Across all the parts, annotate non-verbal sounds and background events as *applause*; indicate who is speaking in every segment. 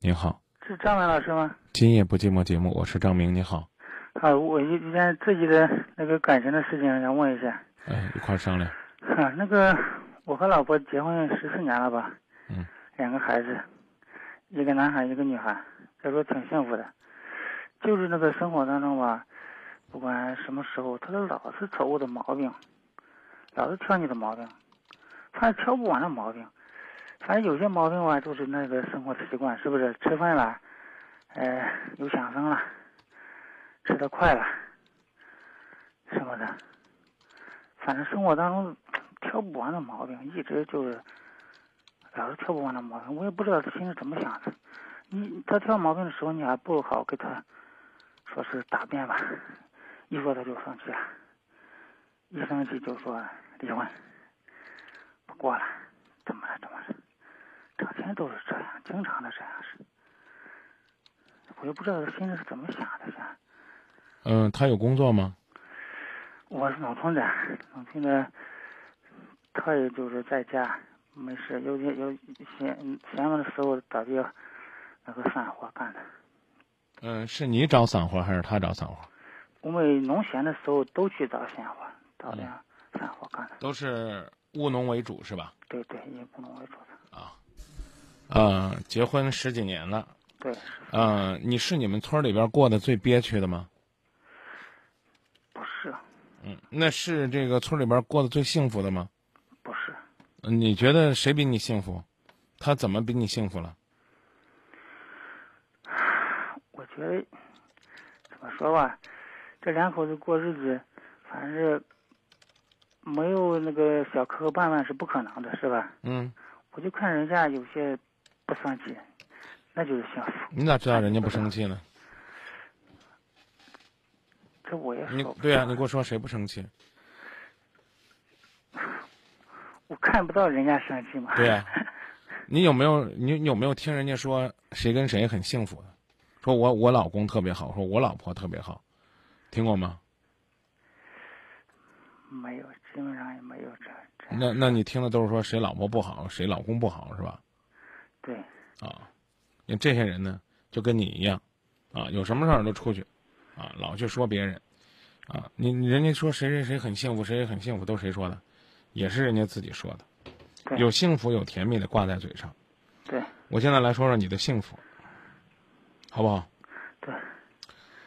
Speaker 1: 您好，
Speaker 2: 是张伟老师吗？
Speaker 1: 今夜不寂寞节目，我是张明，你好，
Speaker 2: 啊，我一件自己的那个感情的事情想问一下。
Speaker 1: 哎，一块儿商量，
Speaker 2: *laughs* 哈，啊那个我和老婆结婚十四年了吧？
Speaker 1: 嗯。
Speaker 2: 两个孩子，一个男孩，一个女孩，该说挺幸福的。就是那个生活当中吧，不管什么时候，他都老是瞅我的毛病，老是挑你的毛病，反正挑不完的毛病。反正有些毛病吧，就是那个生活的习惯，是不是？吃饭了，呃，有响声了，吃的快了，什么的。反正生活当中挑不完的毛病，一直就是老是挑不完的毛病，我也不知道他心里怎么想的。你他挑毛病的时候，你还不如好给他说是答辩吧，一说他就生气了，一生气就说离婚，不过了，怎么了怎么了，整天都是这样，经常的这样是。我也不知道他心里是怎么想的，是。
Speaker 1: 嗯、他有工作吗？
Speaker 2: 我是农村的，农村的，他也就是在家没事，有些有闲闲着的时候找点那个散活干的。
Speaker 1: 嗯、是你找散活还是他找散活？
Speaker 2: 我们农闲的时候都去找闲活，找点散活干的。
Speaker 1: 都是务农为主是吧？
Speaker 2: 对对，以务农为主的。
Speaker 1: 啊，嗯、结婚十几年了，
Speaker 2: 对，
Speaker 1: 嗯、你是你们村儿里边过得最憋屈的吗？
Speaker 2: 不是
Speaker 1: 嗯，那是这个村儿里边过得最幸福的吗？
Speaker 2: 不是，
Speaker 1: 嗯你觉得谁比你幸福？他怎么比你幸福了？
Speaker 2: 我觉得怎么说吧，这两口子过日子，反正是没有那个小磕磕绊绊是不可能的，是吧？
Speaker 1: 嗯，
Speaker 2: 我就看人家有些不生气，那就是幸福。
Speaker 1: 你咋知道人家不生气呢？
Speaker 2: 这我也
Speaker 1: 你
Speaker 2: 说不
Speaker 1: 对呀、
Speaker 2: 上
Speaker 1: 你给我说谁不生气？
Speaker 2: 我看不到人家生气嘛。
Speaker 1: 对呀、你有没有你你有没有听人家说谁跟谁很幸福的？说我我老公特别好，说我老婆特别好，听过吗？
Speaker 2: 没有，基本上也没有这这。
Speaker 1: 那那你听的都是说谁老婆不好，谁老公不好是吧？
Speaker 2: 对，
Speaker 1: 啊，那这些人呢，就跟你一样，啊，有什么事儿都出去，啊，老去说别人，啊，你你人家说谁谁谁很幸福，谁谁很幸福，都谁说的？也是人家自己说的。
Speaker 2: 对
Speaker 1: 有幸福有甜蜜的挂在嘴上。
Speaker 2: 对
Speaker 1: 我现在来说说你的幸福，好不好？
Speaker 2: 对，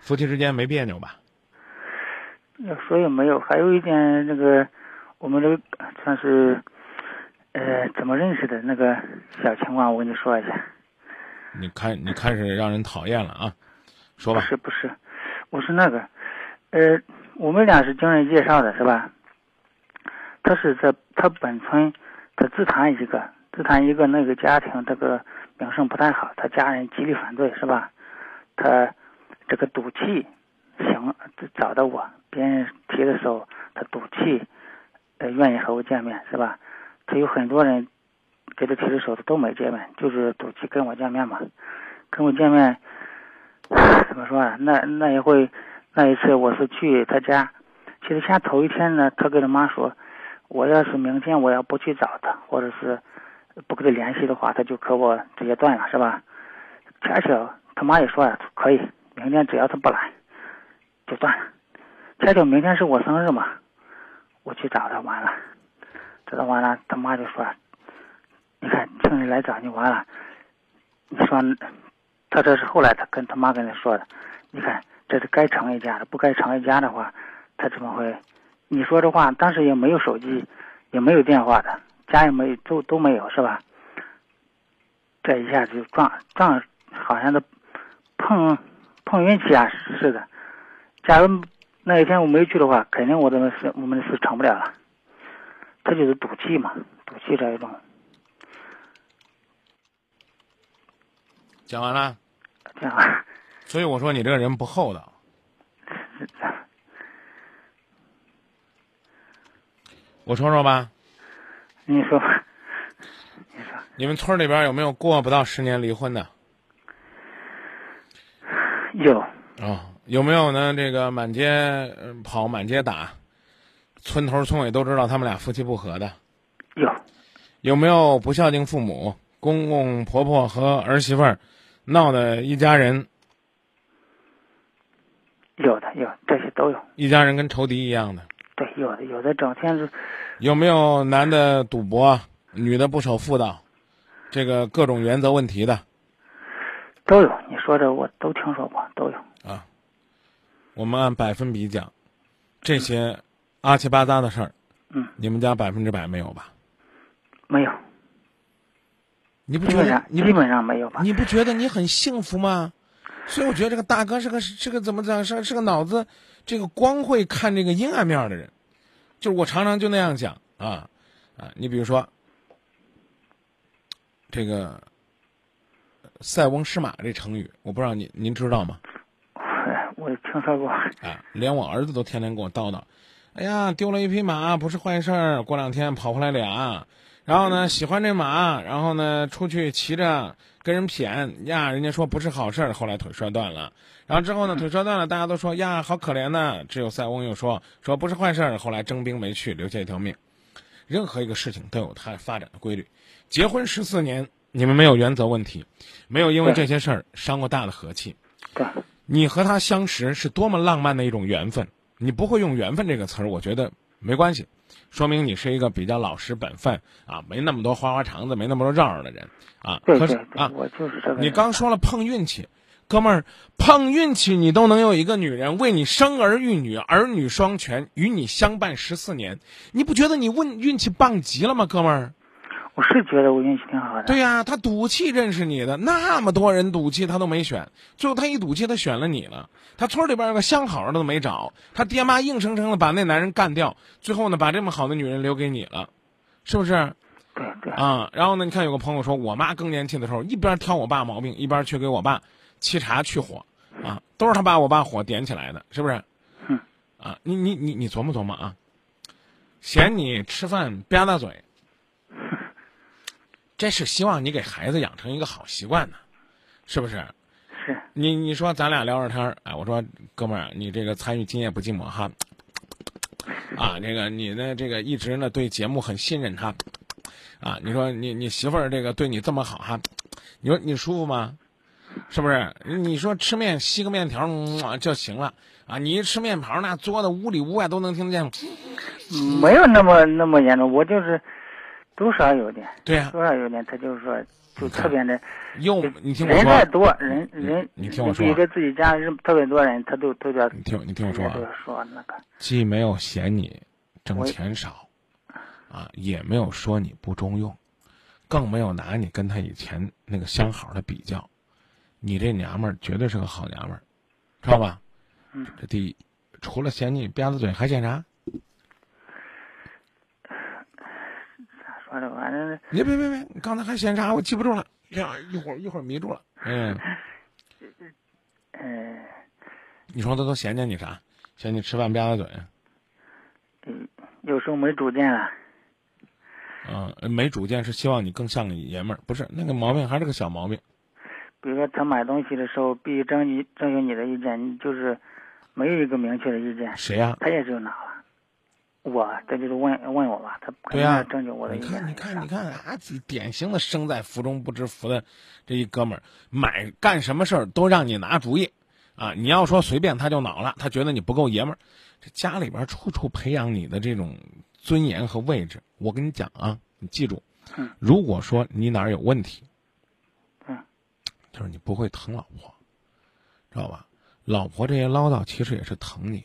Speaker 1: 夫妻之间没别扭吧？
Speaker 2: 要说也没有。还有一点，那个我们这个算是呃怎么认识的那个小情况，我跟你说一下。
Speaker 1: 你开你开始让人讨厌了啊！说
Speaker 2: 不
Speaker 1: 吧，
Speaker 2: 是不是，我是那个，呃，我们俩是经人介绍的，是吧？他是在他本村，他自谈一个，自谈一个那个家庭，这个名声不太好，他家人极力反对，是吧？他这个赌气，行，找到我，别人提的时候，他赌气，呃，愿意和我见面，是吧？他有很多人给他提的时候，他都没见面，就是赌气跟我见面嘛，跟我见面。 *laughs* 怎么说啊？那那一回，那一次我是去他家，去他家头一天呢，他跟他妈说，我要是明天我要不去找他，或者是不跟他联系的话，他就和我直接断了，是吧？恰巧他妈也说了，可以，明天只要他不来，就断了。恰巧明天是我生日嘛，我去找他完了，找他完了，他妈就说，你看，亲人来找你完了，你说他这是后来他跟他妈跟他说的，你看这是该成一家的，不该成一家的话，他怎么会？你说这话，当时也没有手机，也没有电话的，家也没都都没有是吧？这一下子就撞撞，好像是碰碰运气啊似的。假如那一天我没去的话，肯定我的事我们的事成不了了。他就是赌气嘛，赌气这一种。
Speaker 1: 讲完了。
Speaker 2: 这样啊，
Speaker 1: 所以我说你这个人不厚道。我说说吧，
Speaker 2: *laughs* 你说吧，你说。
Speaker 1: 你们村里边有没有过不到十年离婚的？啊、
Speaker 2: 有
Speaker 1: 有没有呢？这个满街呃跑，满街打，村头村尾都知道他们俩夫妻不和的。
Speaker 2: 有
Speaker 1: 有没有不孝敬父母、公公婆婆和儿媳妇儿闹得一家人
Speaker 2: 有的有这些都有，
Speaker 1: 一家人跟仇敌一样的。
Speaker 2: 对，有的有的整天是
Speaker 1: 有没有男的赌博，啊女的不守妇道，这个各种原则问题的？
Speaker 2: 都有，你说的我都听说过，都有。
Speaker 1: 啊，我们按百分比讲，这些阿七八糟的事儿，
Speaker 2: 嗯，
Speaker 1: 你们家百分之百没有吧？
Speaker 2: 没有，
Speaker 1: 你不
Speaker 2: 基
Speaker 1: 觉
Speaker 2: 本
Speaker 1: 得
Speaker 2: 上
Speaker 1: 你
Speaker 2: 基
Speaker 1: 不
Speaker 2: 本上没有吧？
Speaker 1: 你不觉得你很幸福吗？所以我觉得这个大哥是个是个怎么讲是是个脑子，这个光会看这个阴暗面儿的人，就是我常常就那样想啊啊，你比如说这个塞翁失马这成语，我不知道您您知道吗？
Speaker 2: 我听说过， *laughs*
Speaker 1: 啊，连我儿子都天天给我叨叨，哎呀，丢了一匹马不是坏事儿，过两天跑回来俩，然后呢喜欢这马，然后呢出去骑着跟人谝呀，人家说不是好事儿，后来腿摔断了，然后之后呢腿摔断了，大家都说呀好可怜呐，只有塞翁又说说不是坏事儿，后来征兵没去，留下一条命。任何一个事情都有它发展的规律。结婚十四年，你们没有原则问题，没有因为这些事儿伤过大的和气。
Speaker 2: 对，
Speaker 1: 你和他相识是多么浪漫的一种缘分。你不会用“缘分”这个词儿，我觉得没关系，说明你是一个比较老实本分啊，没那么多花花肠子，没那么多绕绕的人啊。
Speaker 2: 对
Speaker 1: 可
Speaker 2: 对
Speaker 1: 是
Speaker 2: 对，
Speaker 1: 啊，
Speaker 2: 我就是这个人。
Speaker 1: 你刚说了碰运气，哥们儿，碰运气你都能有一个女人为你生儿育女，儿女双全，与你相伴十四年，你不觉得你运运气棒极了吗，哥们儿？
Speaker 2: 我是觉得我运气挺好的。
Speaker 1: 对呀、他赌气认识你的，那么多人赌气他都没选，最后他一赌气他选了你了。他村里边有个相好的都没找，他爹妈硬生生的把那男人干掉，最后呢把这么好的女人留给你了，是不是？
Speaker 2: 对对
Speaker 1: 啊，然后呢，你看有个朋友说，我妈更年期的时候，一边挑我爸毛病，一边去给我爸沏茶去火，啊，都是他把我爸火点起来的，是不是？
Speaker 2: 嗯。
Speaker 1: 啊，你你你你琢磨琢磨啊，嫌你吃饭吧嗒嘴，这是希望你给孩子养成一个好习惯呢，是不是？
Speaker 2: 是，
Speaker 1: 你你说咱俩聊会儿天儿，哎，我说哥们儿，你这个参与今夜不寂寞哈，啊，这个你呢，这个一直呢对节目很信任他，啊，你说你你媳妇儿这个对你这么好哈，你说你舒服吗？是不是？你说吃面吸个面条、嗯、就行了啊？你一吃面盘儿那作的屋里屋外都能听见，
Speaker 2: 嗯没有那么那么严重，我就是多少有点，
Speaker 1: 对呀、
Speaker 2: 多少有点，他就是说就特别的。
Speaker 1: 又你听我
Speaker 2: 人
Speaker 1: 说，
Speaker 2: 太
Speaker 1: 啊
Speaker 2: 多，人人
Speaker 1: 你听我说
Speaker 2: 比着自己家人特别多人，他都都叫
Speaker 1: 你听你听我说啊
Speaker 2: 都，要说那个，
Speaker 1: 既没有嫌你挣
Speaker 2: 我
Speaker 1: 钱少，啊，也没有说你不中用，更没有拿你跟他以前那个相好的比较。你这娘们儿绝对是个好娘们儿，知道吧？
Speaker 2: 嗯
Speaker 1: 这第一，除了嫌你吧嗒嘴，还嫌啥？
Speaker 2: 咋说的？反正
Speaker 1: 你别别别，你刚才还嫌啥？我记不住了。呀，一会儿一会儿迷住了。
Speaker 2: *laughs*
Speaker 1: 嗯，
Speaker 2: 嗯、
Speaker 1: 你说他都嫌弃你啥？嫌你吃饭吧嗒嘴，啊
Speaker 2: 有时候没主见了。
Speaker 1: 嗯、没主见是希望你更像个爷们儿，不是那个毛病还是个小毛病。
Speaker 2: 比如说他买东西的时候，必须征你征询你的意见，你就是没有一个明确的意见，
Speaker 1: 谁呀、
Speaker 2: 他也就拿了。我这就是问问我吧，他肯
Speaker 1: 对
Speaker 2: 定
Speaker 1: 呀、
Speaker 2: 要征求我的意
Speaker 1: 你
Speaker 2: 见。
Speaker 1: 看，你看，你看啊，这典型的生在福中不知福的这一哥们儿，买干什么事儿都让你拿主意啊！你要说随便他就恼了，他觉得你不够爷们儿。这家里边处处培养你的这种尊严和位置，我跟你讲啊，你记住
Speaker 2: 嗯，
Speaker 1: 如果说你哪儿有问题，
Speaker 2: 嗯，
Speaker 1: 就是你不会疼老婆，知道吧？老婆这些唠叨其实也是疼你，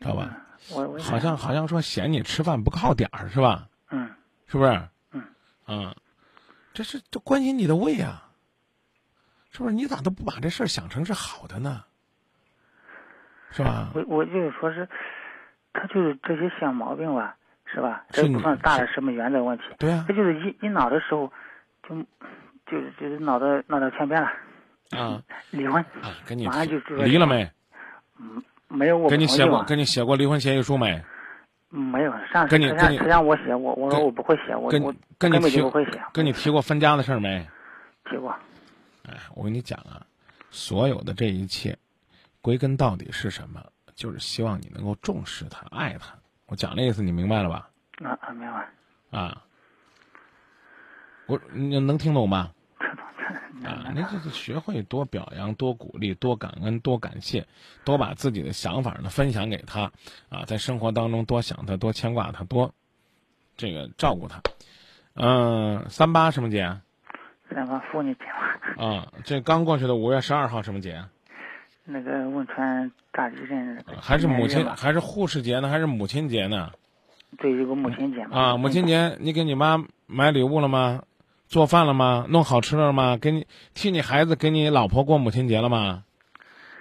Speaker 1: 知道吧？
Speaker 2: 我我
Speaker 1: 好像好像说嫌你吃饭不靠点儿是吧？
Speaker 2: 嗯，
Speaker 1: 是不是？
Speaker 2: 嗯，
Speaker 1: 啊，这是这关心你的胃啊，是不是？你咋都不把这事儿想成是好的呢？是吧？
Speaker 2: 我我就是说是，他就是这些小毛病吧，是吧？这
Speaker 1: 是
Speaker 2: 也不
Speaker 1: 你
Speaker 2: 算大
Speaker 1: 是
Speaker 2: 的什么原则问题，
Speaker 1: 对啊
Speaker 2: 他，就是一一脑的时候，就就是就是脑袋脑袋偏边了，
Speaker 1: 啊
Speaker 2: 离婚
Speaker 1: 啊，跟你
Speaker 2: 马上就知道
Speaker 1: 离了没？
Speaker 2: 没有我
Speaker 1: 跟你
Speaker 2: 同意
Speaker 1: 写过啊
Speaker 2: 嘛
Speaker 1: 跟你写过离婚协议书没？
Speaker 2: 嗯没有上次
Speaker 1: 跟你
Speaker 2: 他
Speaker 1: 跟
Speaker 2: 让
Speaker 1: 你
Speaker 2: 他让我写，我我说
Speaker 1: 跟
Speaker 2: 我不会写，我
Speaker 1: 跟
Speaker 2: 我
Speaker 1: 跟你
Speaker 2: 根本
Speaker 1: 提
Speaker 2: 就不会写，
Speaker 1: 跟你提过分家的事儿没？
Speaker 2: 结果
Speaker 1: 哎，我跟你讲啊，所有的这一切，归根到底是什么？就是希望你能够重视他、爱他。我讲这意思，你明白了吧？
Speaker 2: 啊啊没有啊，
Speaker 1: 啊，我你能听懂吗？
Speaker 2: 这都这
Speaker 1: 啊，那就是学会多表扬、多鼓励、多感恩、多感谢，多把自己的想法呢分享给他啊，在生活当中多想他、多牵挂他、多这个照顾他。嗯、三八什么节啊？
Speaker 2: 咱们妇女节嘛，
Speaker 1: 啊这刚过去的五月十二号什么节啊？
Speaker 2: 那个汶川大地震
Speaker 1: 啊还是母
Speaker 2: 纪念日
Speaker 1: 亲
Speaker 2: 嘛
Speaker 1: 还是护士节呢？还是母亲节呢？
Speaker 2: 对，有个母亲节嘛。
Speaker 1: 啊，母亲节你给你妈买礼物了吗？做饭了吗？弄好吃的了吗？给你替你孩子给你老婆过母亲节了吗？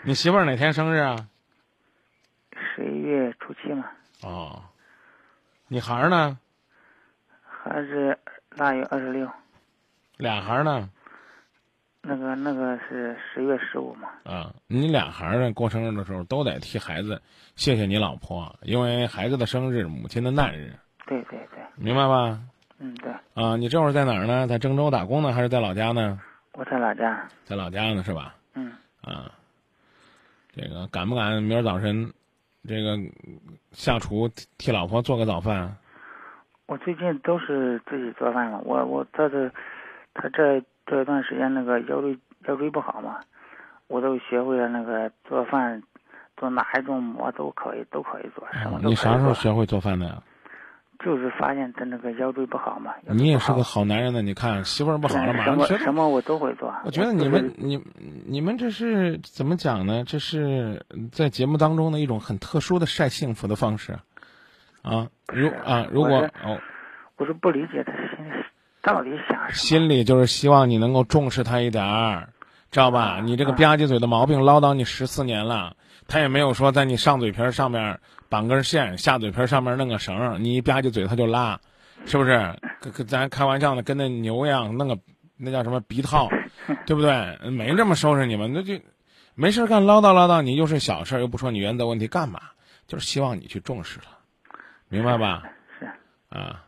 Speaker 1: 你媳妇儿哪天生日啊？
Speaker 2: 十一月初七嘛，
Speaker 1: 哦，你孩儿呢？
Speaker 2: 还是腊月二十六，
Speaker 1: 俩孩儿呢？
Speaker 2: 那个那个是十月十五嘛。
Speaker 1: 啊，你俩孩儿呢？过生日的时候都得替孩子谢谢你老婆，因为孩子的生日，母亲的难日，
Speaker 2: 对对对，
Speaker 1: 明白吧？
Speaker 2: 嗯对，
Speaker 1: 啊，你这会儿在哪儿呢？在郑州打工呢，还是在老家呢？
Speaker 2: 我在老家，
Speaker 1: 在老家呢，是吧？
Speaker 2: 嗯，
Speaker 1: 啊，这个敢不敢明儿早晨，这个下厨替替老婆做个早饭？
Speaker 2: 我最近都是自己做饭嘛。我我在这，他这这段时间那个腰椎腰椎不好嘛，我都学会了那个做饭，做哪一种馍都可以，都可以做，什么哎都可以
Speaker 1: 哎
Speaker 2: 做。
Speaker 1: 你啥时候学会做饭的呀？
Speaker 2: 就是发现他那个腰椎不好嘛。腰椎
Speaker 1: 你也
Speaker 2: 不
Speaker 1: 是
Speaker 2: 好
Speaker 1: 个好男人呢，你看媳妇儿不好了，
Speaker 2: 嗯
Speaker 1: 马
Speaker 2: 什
Speaker 1: 上
Speaker 2: 么
Speaker 1: 学
Speaker 2: 什么我都会做。
Speaker 1: 我觉得
Speaker 2: 就
Speaker 1: 你
Speaker 2: 是
Speaker 1: 们你你们这是怎么讲呢？这是在节目当中的一种很特殊的晒幸福的方式，啊，如啊，如果
Speaker 2: 我是
Speaker 1: 哦，
Speaker 2: 我是不理解他心里到底想什么。
Speaker 1: 心里就是希望你能够重视他一点儿，知道
Speaker 2: 啊
Speaker 1: 吧？你这个吧唧嘴的毛病唠叨你十四年了，他也没有说在你上嘴皮儿上面绑根线，下嘴皮儿上面弄个绳儿，你一吧唧嘴他就拉，是不
Speaker 2: *laughs*
Speaker 1: 是？跟跟咱开玩笑呢，跟那牛一样，弄个那叫什么鼻
Speaker 2: *laughs*
Speaker 1: 套，对不对？没这么收拾你们，那就没事儿干唠叨唠叨，你又是小事儿，又不说你原则问题，干嘛？就是希望你去重视他，明白吧？
Speaker 2: 是
Speaker 1: 啊，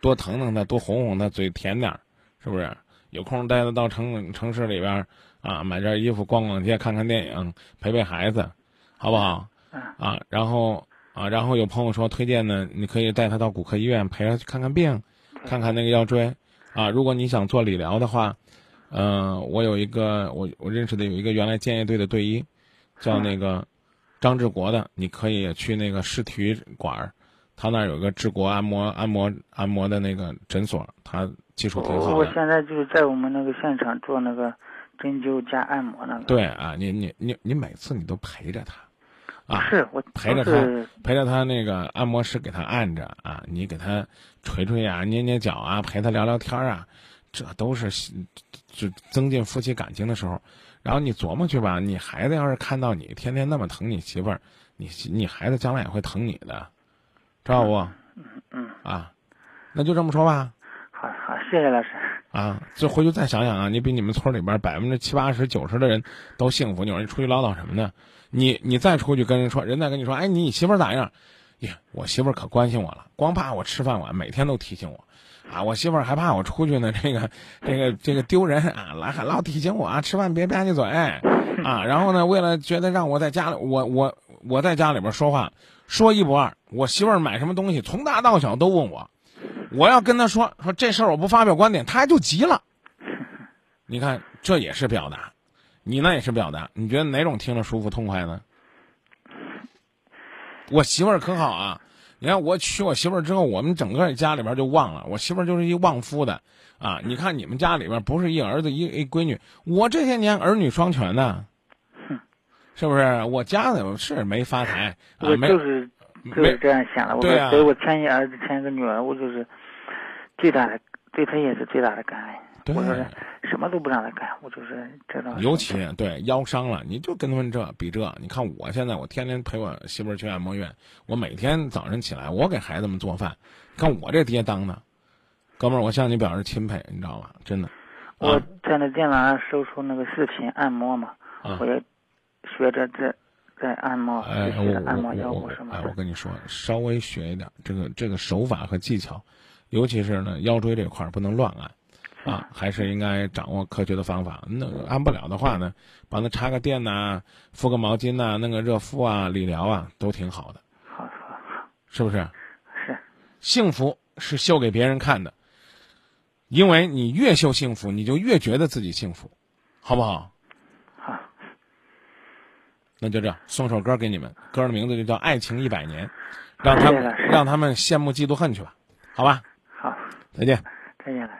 Speaker 1: 多疼疼他，多哄哄他，嘴甜点儿，是不是？有空带他到城城市里边儿啊，买件衣服，逛逛街，看看电影，陪陪孩子，好不好？
Speaker 2: 嗯
Speaker 1: 啊，然后啊，然后有朋友说推荐呢，你可以带他到骨科医院陪他去看看病，看看那个腰椎。啊，如果你想做理疗的话，嗯、我有一个我我认识的有一个原来建业队的队医，
Speaker 2: 嗯
Speaker 1: 叫那个张志国的，你可以去那个市体育馆儿，他那儿有一个治国按摩按摩按摩的那个诊所，他技术挺
Speaker 2: 哦我
Speaker 1: 好
Speaker 2: 我
Speaker 1: 的。
Speaker 2: 现在就是在我们那个现场做那个针灸加按摩那个。，
Speaker 1: 对啊，你你你你每次你都陪着他，啊，
Speaker 2: 是我
Speaker 1: 陪着
Speaker 2: 都是
Speaker 1: 陪着他那个按摩师给他按着啊，你给他捶捶啊、捏捏脚啊，陪他聊聊天啊，这都是就增进夫妻感情的时候。然后你琢磨去吧，你孩子要是看到你天天那么疼你媳妇儿，你你孩子将来也会疼你的，知道不？
Speaker 2: 嗯，
Speaker 1: 啊，那就这么说吧。
Speaker 2: 好好，谢谢老师。
Speaker 1: 啊，这回去再想想啊，你比你们村里边百分之七八十、九十的人都幸福，你说你出去唠叨什么呢？你你再出去跟人说，人再跟你说，哎，你媳妇儿咋样？耶，我媳妇儿可关心我了，光怕我吃饭晚，每天都提醒我，啊，我媳妇儿还怕我出去呢，这个这个这个丢人啊，来还老提醒我啊，吃饭别吧唧嘴，啊，然后呢，为了觉得让我在家里，我我我在家里边说话说一不二，我媳妇儿买什么东西，从大到小都问我，我要跟她说说这事儿我不发表观点，她还就急了。你看，这也是表达，你那也是表达，你觉得哪种听着舒服痛快呢？我媳妇儿可好啊！你看我娶我媳妇儿之后，我们整个家里边就旺了。我媳妇儿就是一旺夫的，啊！你看你们家里边不是一儿子一一闺女，我这些年儿女双全呢，是不是？我家里是没发财啊，
Speaker 2: 我
Speaker 1: 没
Speaker 2: 就是就
Speaker 1: 没
Speaker 2: 是这样想的。我
Speaker 1: 对啊
Speaker 2: 所以我添一儿子，添一个女儿，我就是最大的对他也是最大的感恩。
Speaker 1: 对 *laughs*
Speaker 2: 我就是什么都不让他干，我就是这种。
Speaker 1: 尤其对腰伤了，你就跟他们这比这。你看我现在，我天天陪我媳妇儿去按摩院，我每天早晨起来，我给孩子们做饭。你看我这爹当的，哥们儿，我向你表示钦佩，你知道吗？真的，
Speaker 2: 我
Speaker 1: 啊
Speaker 2: 在那电脑上搜出那个视频按摩嘛，
Speaker 1: 啊
Speaker 2: 我也学着在在按摩，
Speaker 1: 哎，
Speaker 2: 就
Speaker 1: 我
Speaker 2: 学着按摩
Speaker 1: 我
Speaker 2: 腰
Speaker 1: 我
Speaker 2: 部
Speaker 1: 我
Speaker 2: 什，么
Speaker 1: 哎，我
Speaker 2: 的。
Speaker 1: 跟你说，稍微学一点这个这个手法和技巧，尤其是呢腰椎这块儿不能乱按，啊，还是应该掌握科学的方法。那个按不了的话呢，帮他插个电呐、敷个毛巾呐、弄个热敷啊、理疗啊，都挺好的，
Speaker 2: 好好好，
Speaker 1: 是不是？
Speaker 2: 是
Speaker 1: 幸福是秀给别人看的，因为你越秀幸福，你就越觉得自己幸福。好不好？
Speaker 2: 好，
Speaker 1: 那就这样，送首歌给你们，歌的名字就叫《爱情一百年》，让他
Speaker 2: 谢谢老
Speaker 1: 们
Speaker 2: 师
Speaker 1: 让他们羡慕嫉妒恨去吧，好吧？
Speaker 2: 好，
Speaker 1: 再见。
Speaker 2: 再见了。